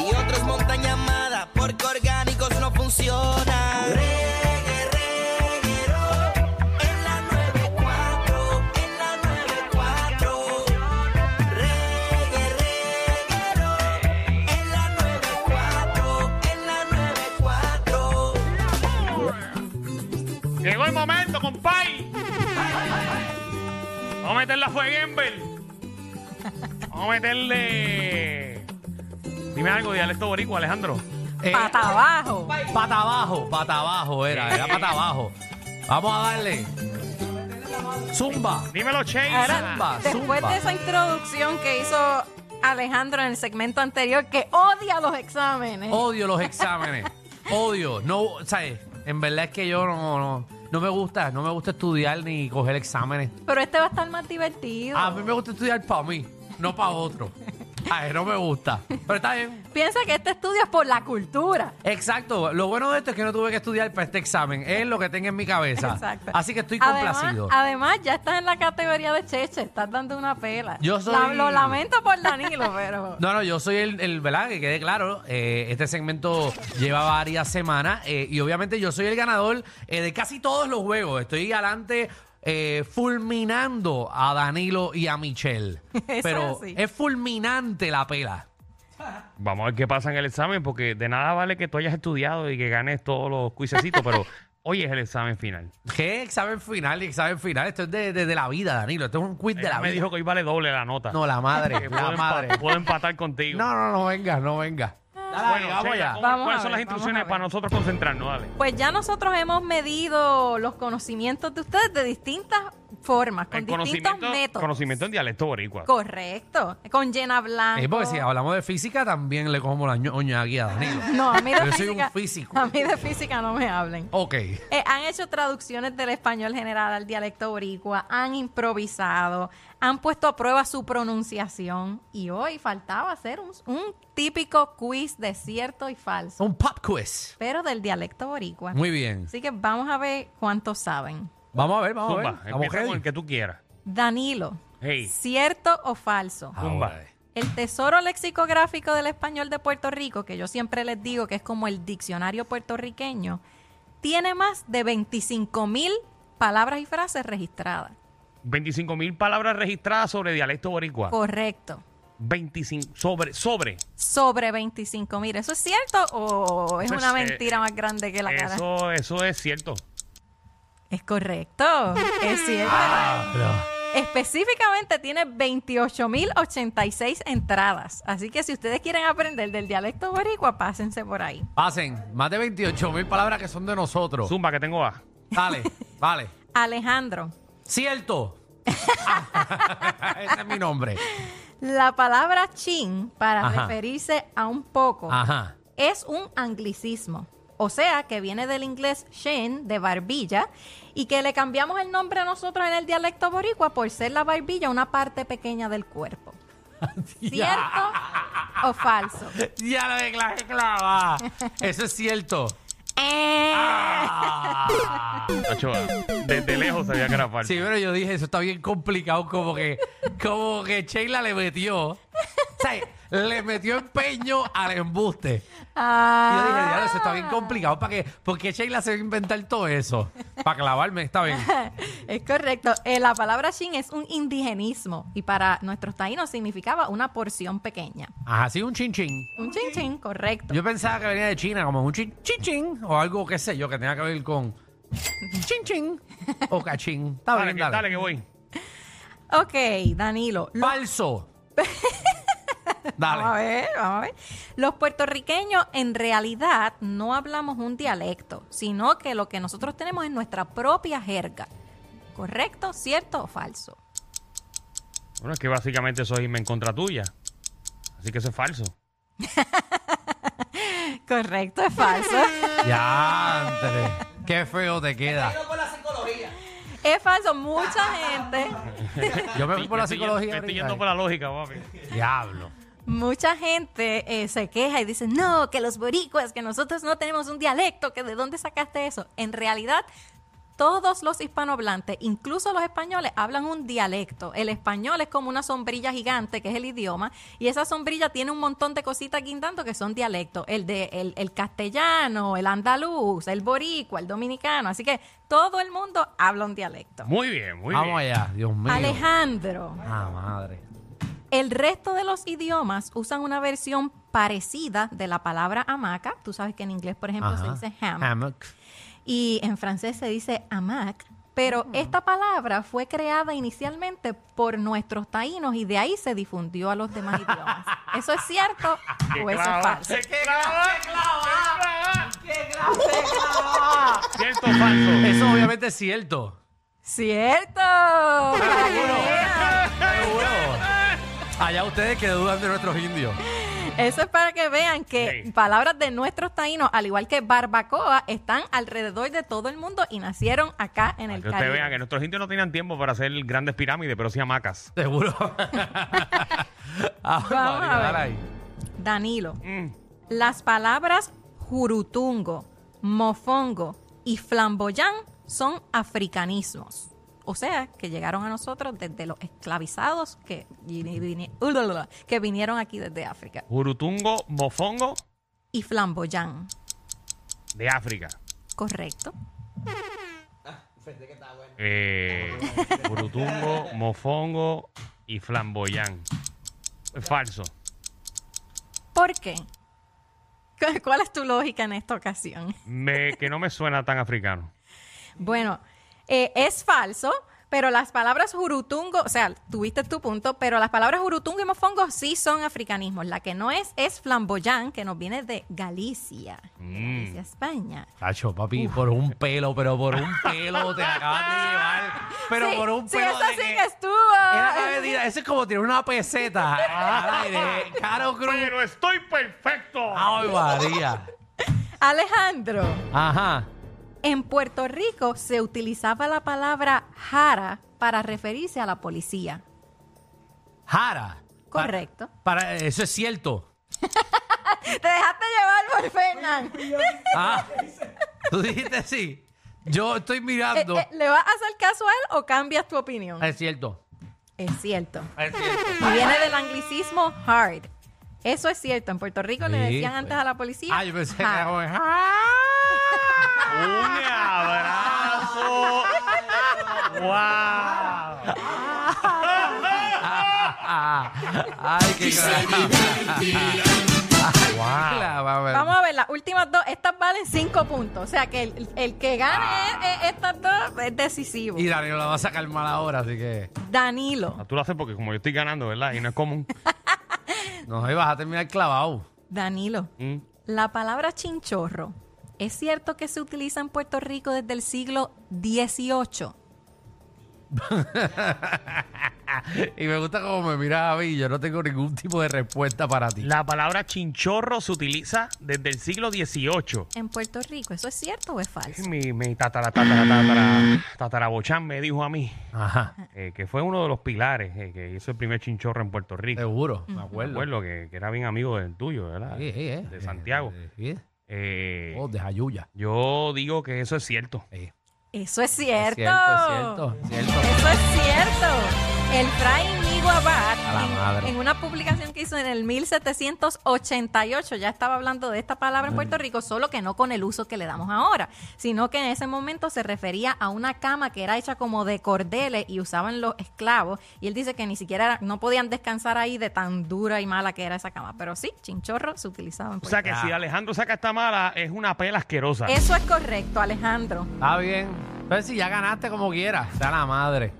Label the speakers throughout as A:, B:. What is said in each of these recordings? A: Y otros montan llamadas, porque orgánicos no funcionan. Reggae, reguero. En la 94, en la 94. Reggae, reguero. En la 94, en la 94.
B: Llegó el momento, compay. Vamos a meter la Fueguember. Vamos a meterle. Dime algo de Alejandro Boricua, Alejandro.
C: Eh,
D: Pata abajo.
C: Pata abajo, pata abajo era, era pata abajo. Vamos a darle. Zumba.
B: Dímelo, Chase.
D: Ahora,
C: Zumba,
D: después
C: zumba.
D: de esa introducción que hizo Alejandro en el segmento anterior, que odia los exámenes.
C: Odio los exámenes. Odio. No, ¿sabes? En verdad es que yo no, no, no me gusta, no me gusta estudiar ni coger exámenes.
D: Pero este va a estar más divertido.
C: A mí me gusta estudiar para mí, no para otro. Ay, no me gusta. Pero está bien.
D: Piensa que este estudio es por la cultura.
C: Exacto. Lo bueno de esto es que no tuve que estudiar para este examen. Es lo que tengo en mi cabeza.
D: Exacto.
C: Así que estoy
D: Además-
C: complacido.
D: Además, ya estás en la categoría de Cheche, estás dando una pela.
C: Yo soy-
D: La- lo lamento por Danilo, pero.
C: No, no, yo soy el, el- ¿verdad? Que quede claro, eh, este segmento lleva varias semanas eh, y obviamente yo soy el ganador eh, de casi todos los juegos. Estoy adelante eh, fulminando a Danilo y a Michelle.
D: Es
C: Pero
D: así.
C: es fulminante la pela.
B: Vamos a ver qué pasa en el examen, porque de nada vale que tú hayas estudiado y que ganes todos los cuisecitos, pero hoy es el examen final.
C: ¿Qué examen final y examen final? Esto es de, de- de la vida, Danilo. Esto es un quiz de
B: Ella
C: la
B: me
C: vida.
B: dijo que hoy vale doble la nota.
C: No, la madre,
B: Que puedo,
C: la
B: empa-
C: madre.
B: puedo empatar contigo.
C: No, no, no venga, no venga. Dale,
B: Bueno,
C: vamos
B: Sheila,
C: allá.
B: ¿cómo-
D: Vamos
B: ¿cuáles son las
D: a ver, vamos a
B: instrucciones
D: ver.
B: para nosotros concentrarnos? Dale.
D: Pues ya nosotros hemos medido los conocimientos de ustedes de distintas formas, con
B: El
D: distintos
B: conocimiento,
D: métodos.
B: conocimiento en dialecto boricua.
D: Correcto. Con llena blanca.
C: Es Eh, porque si hablamos de física, también le como la ñoña aquí a Danilo.
D: No, a mí de
C: Yo soy
D: física.
C: un físico.
D: A mí de física no me hablen.
C: Ok.
D: Eh, han hecho traducciones del español general al dialecto boricua, han improvisado, han puesto a prueba su pronunciación y hoy faltaba hacer un, un típico quiz de cierto y falso,
C: Un pop quiz.
D: pero del dialecto boricua.
C: Muy bien.
D: Así que vamos a ver cuántos saben.
C: Vamos a ver, vamos
B: Zumba,
C: a ver. Estamos
B: empieza con el
C: ready.
B: que tú quieras.
D: Danilo,
B: Hey.
D: ¿cierto o falso?
B: Zumba.
C: Ahora.
D: El tesoro lexicográfico del español de Puerto Rico, que yo siempre les digo que es como el diccionario puertorriqueño, tiene más de 25 mil palabras y frases registradas.
B: 25 mil palabras registradas sobre dialecto boricua.
D: Correcto.
B: 25 sobre sobre
D: Sobre 25 mil. ¿Eso es cierto o es
B: Pues,
D: una
B: eh,
D: mentira más grande que la cara?
B: eso eso es cierto
D: Es correcto. Es cierto.
B: Ah.
D: Específicamente tiene 28.086 entradas. Así que si ustedes quieren aprender del dialecto boricua, pásense por ahí.
C: Pasen, más de 28 mil palabras que son de nosotros.
B: zumba que tengo A
C: Dale, vale.
D: Alejandro,
C: Cierto. Ah, Ese es mi nombre.
D: La palabra chin para
C: Ajá. Ah.
D: referirse a un poco
C: Ajá.
D: es un anglicismo. O sea, que viene del inglés shin, de barbilla, y que le cambiamos el nombre a nosotros en el dialecto boricua por ser la barbilla una parte pequeña del cuerpo. ¿Cierto o falso?
C: Ya lo declaré clavada. Eso es cierto. Ah.
B: Nacho, ah. desde lejos sabía que era falta.
C: Sí, pero yo dije, eso está bien complicado, como que, como que Sheila le metió, o sea, le metió empeño al embuste.
D: Ah.
C: Y yo dije, diablo, eso está bien complicado, ¿para qué? Porque Sheila se va a inventar todo eso, para clavarme, está bien.
D: Es correcto. Eh, la palabra shin es un indigenismo y para nuestros taínos significaba una porción pequeña.
C: Ajá, sí, un chin chin.
D: Un chin chin, correcto.
C: Yo pensaba que venía de China, como un chin chin chin, o algo, qué sé yo, que tenga que ver con chin chin o cachín. Está
B: Dale,
C: bien,
B: que, dale
C: dale.
B: que voy.
D: Ok, Danilo. lo-
C: Falso. Dale.
D: Vamos a ver, vamos a ver. Los puertorriqueños en realidad no hablamos un dialecto, sino que lo que nosotros tenemos es nuestra propia jerga. ¿Correcto, cierto o falso?
B: Bueno, es que básicamente eso es irme en contra tuya. Así que eso es falso.
D: Correcto, es falso.
C: Diantre. Qué feo te queda.
D: es falso. Mucha gente,
C: Yo me fui por la
B: Estoy yendo-
C: psicología.
B: Me estoy
C: ahorita.
B: yendo por la lógica, papi.
C: Diablo.
D: mucha gente eh, se queja y dice, no, que los boricuas, que nosotros no tenemos un dialecto, que de dónde sacaste eso. En realidad, todos los hispanohablantes, incluso los españoles, hablan un dialecto. El español es como una sombrilla gigante, que es el idioma, y esa sombrilla tiene un montón de cositas guindando que son dialectos. El de el, el castellano, el andaluz, el boricua, el dominicano. Así que todo el mundo habla un dialecto.
B: Muy bien, muy bien.
C: Vamos allá, Dios mío.
D: Alejandro.
C: Ah, madre.
D: El resto de los idiomas usan una versión parecida de la palabra hamaca. Tú sabes que en inglés, por ejemplo,
C: Ajá.
D: se dice ham.
C: Hammock.
D: Y en francés se dice hamac. Pero esta palabra fue creada inicialmente por nuestros taínos y de ahí se difundió a los demás idiomas. ¿Eso es cierto
B: ¡Qué
D: o Pues eso
B: clava!
D: es falso?
B: ¡Qué clava! ¡Cierto o falso!
C: Eso obviamente es cierto.
D: ¡Cierto!
C: Seguro. Allá ustedes que dudan de nuestros indios.
D: Eso es para que vean que
B: Sí.
D: palabras de nuestros taínos, al igual que barbacoa, están alrededor de todo el mundo y nacieron acá en el
B: Que ustedes vean
D: Caribe.
B: que nuestros indios no tenían tiempo para hacer grandes pirámides, pero sí hamacas.
C: Seguro. Ah,
D: Vamos
C: María,
D: a ver.
C: dale ahí.
D: Danilo,
B: Mm.
D: las palabras jurutungo, mofongo y flamboyán son africanismos. O sea, que llegaron a nosotros desde los esclavizados que, y- y- vini- ulalala, que vinieron aquí desde África.
B: Jurutungo, mofongo
D: Y flamboyán,
B: de África.
D: correcto.
B: Eh, jurutungo, mofongo y flamboyán. Falso.
D: ¿Por qué? ¿Cu- ¿Cuál es tu lógica en esta ocasión?
B: Me- que no me suena tan africano.
D: Bueno, eh, es falso, pero las palabras jurutungo, o sea, tuviste tu punto, pero las palabras jurutungo y mofongo sí son africanismos. La que no es es flamboyán, que nos viene de Galicia, de Galicia, España.
C: Tacho, papi, por un pelo, pero por un pelo te acabas de llevar. Pero
D: Sí,
C: por un
D: sí,
C: pelo.
D: esa
C: de
D: sí
C: que-
D: que estuvo.
C: Era la medida. Eso es como tirar una peseta. al aire. Caro Cruz.
B: Pero estoy perfecto.
C: Ay, María.
D: Alejandro,
C: Ajá.
D: en Puerto Rico se utilizaba la palabra jara para referirse a la policía.
C: Jara. Pa-
D: Correcto.
C: Para, eso es cierto.
D: Te dejaste llevar por Fernán.
C: Ah, tú dijiste sí. Yo estoy
D: Eh,
C: mirando.
D: eh, ¿Le vas a hacer caso a él o cambias tu opinión?
C: Es cierto.
D: Es cierto.
C: Es cierto.
D: Y viene del anglicismo hard. Eso es cierto. En Puerto Rico le
C: Sí,
D: decían
C: pues.
D: antes a la policía.
C: Ah, yo pensé que
D: hard.
C: era como. "Ah".
B: Un abrazo. Ah, ¡Wow!
C: ¡Ah! Ay, qué wow.
D: Vamos a ver, las últimas dos, estas valen cinco puntos. O sea que el, el que gane es- es- estas dos es decisivo.
C: Ah. Y Darío la va a sacar mal ahora, así que.
D: Danilo,
B: Ah, Tú lo haces porque como yo estoy ganando, ¿verdad? Y no es común.
C: No, ahí vas a terminar clavado.
D: Danilo,
B: Mm.
D: la palabra chinchorro, ¿es cierto que se utiliza en Puerto Rico desde el siglo XVIII?
C: Y me gusta cómo me miras a mí. Yo no tengo ningún tipo de respuesta para ti.
B: La palabra chinchorro se utiliza desde el siglo XVIII.
D: En Puerto Rico, ¿eso es cierto o es falso?
B: Mi, mi tatara, tatara, tatara, tatarabochán me dijo a mí
C: Ajá.
B: eh, que fue uno de los pilares eh, que hizo el primer chinchorro en Puerto Rico.
C: Seguro, me
B: Me
C: acuerdo.
B: acuerdo que, que era bien amigo del tuyo, ¿verdad?
C: Sí, sí, eh.
B: De Santiago.
C: Sí.
B: Eh,
C: Oh, de Jayuya.
B: Yo digo que eso es cierto.
C: Eh,
D: Eso es
C: es
D: cierto.
C: cierto, es cierto, es cierto.
D: Eso es cierto. El fray Íñigo Abad,
C: A la
D: en-
C: madre.
D: en, una publicación que hizo en el 1788, ya estaba hablando de esta palabra en Puerto Rico, solo que no con el uso que le damos ahora, sino que en ese momento se refería a una cama que era hecha como de cordeles y usaban los esclavos. Y él dice que ni siquiera era- no podían descansar ahí de tan dura y mala que era esa cama. Pero sí, chinchorro se utilizaba en
B: O
D: Puerto
B: sea que
C: Pues, ah.
B: si Alejandro saca esta mala, es una pela asquerosa.
D: Rico. Eso es correcto, Alejandro.
C: Está bien. Pero si ya ganaste como quieras, sea la madre.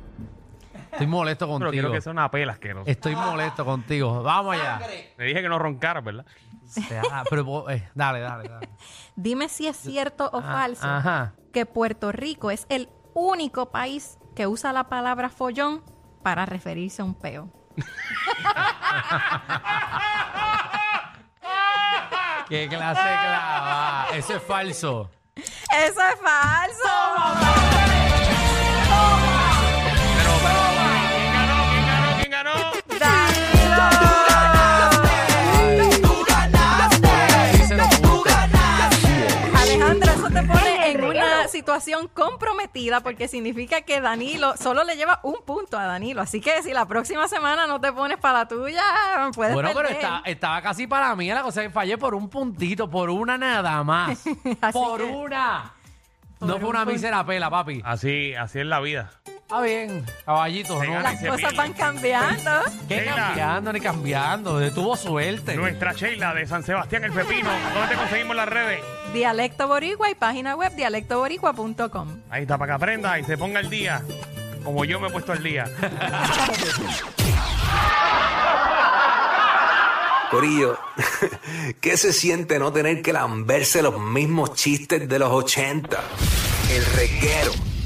C: Estoy molesto
B: Pero
C: contigo.
B: quiero que sea una pela asquerosa.
C: Estoy molesto contigo. Vamos allá.
B: Le dije que no roncara, ¿verdad?
C: Sea- pero, po- eh, dale, dale, dale.
D: Dime si es cierto
C: Ah,
D: o falso.
C: Ajá.
D: que Puerto Rico es el único país que usa la palabra follón para referirse a un peo.
C: Qué clase de clava. Eso es falso.
D: ¡Eso es falso!
B: ¿Quién ganó? ¿Quién ganó? ¿Quién ganó?
C: Díselo tú.
D: Alejandra, eso te pone en una situación comprometida porque significa que Danilo solo le lleva un punto a Danilo. Así que si la próxima semana no te pones para la tuya, puedes
C: Bueno, pero
D: perder.
C: está- estaba casi para mí la cosa que fallé por un puntito, por una nada más.
D: Así
C: por
D: que-
C: una.
D: Por
C: No fue
D: un
C: una
D: punto.
C: mísera pela, papi.
B: Así, así es la vida.
C: Está bien, caballito.
B: Se
C: ¿no?
B: gana.
D: Las cosas van cambiando.
C: ¿Qué
B: Sheila.
C: cambiando ni cambiando? Eh, Tuvo suerte.
B: Nuestra Sheila de San Sebastián el Pepino. ¿Dónde te conseguimos las redes?
D: Dialecto Boricua y página web dialectoboricua.com.
B: Ahí está, para que aprenda y se ponga al día. Como yo me he puesto al día.
E: Corillo, ¿qué se siente no tener que lamberse los mismos chistes de los 80? El reguero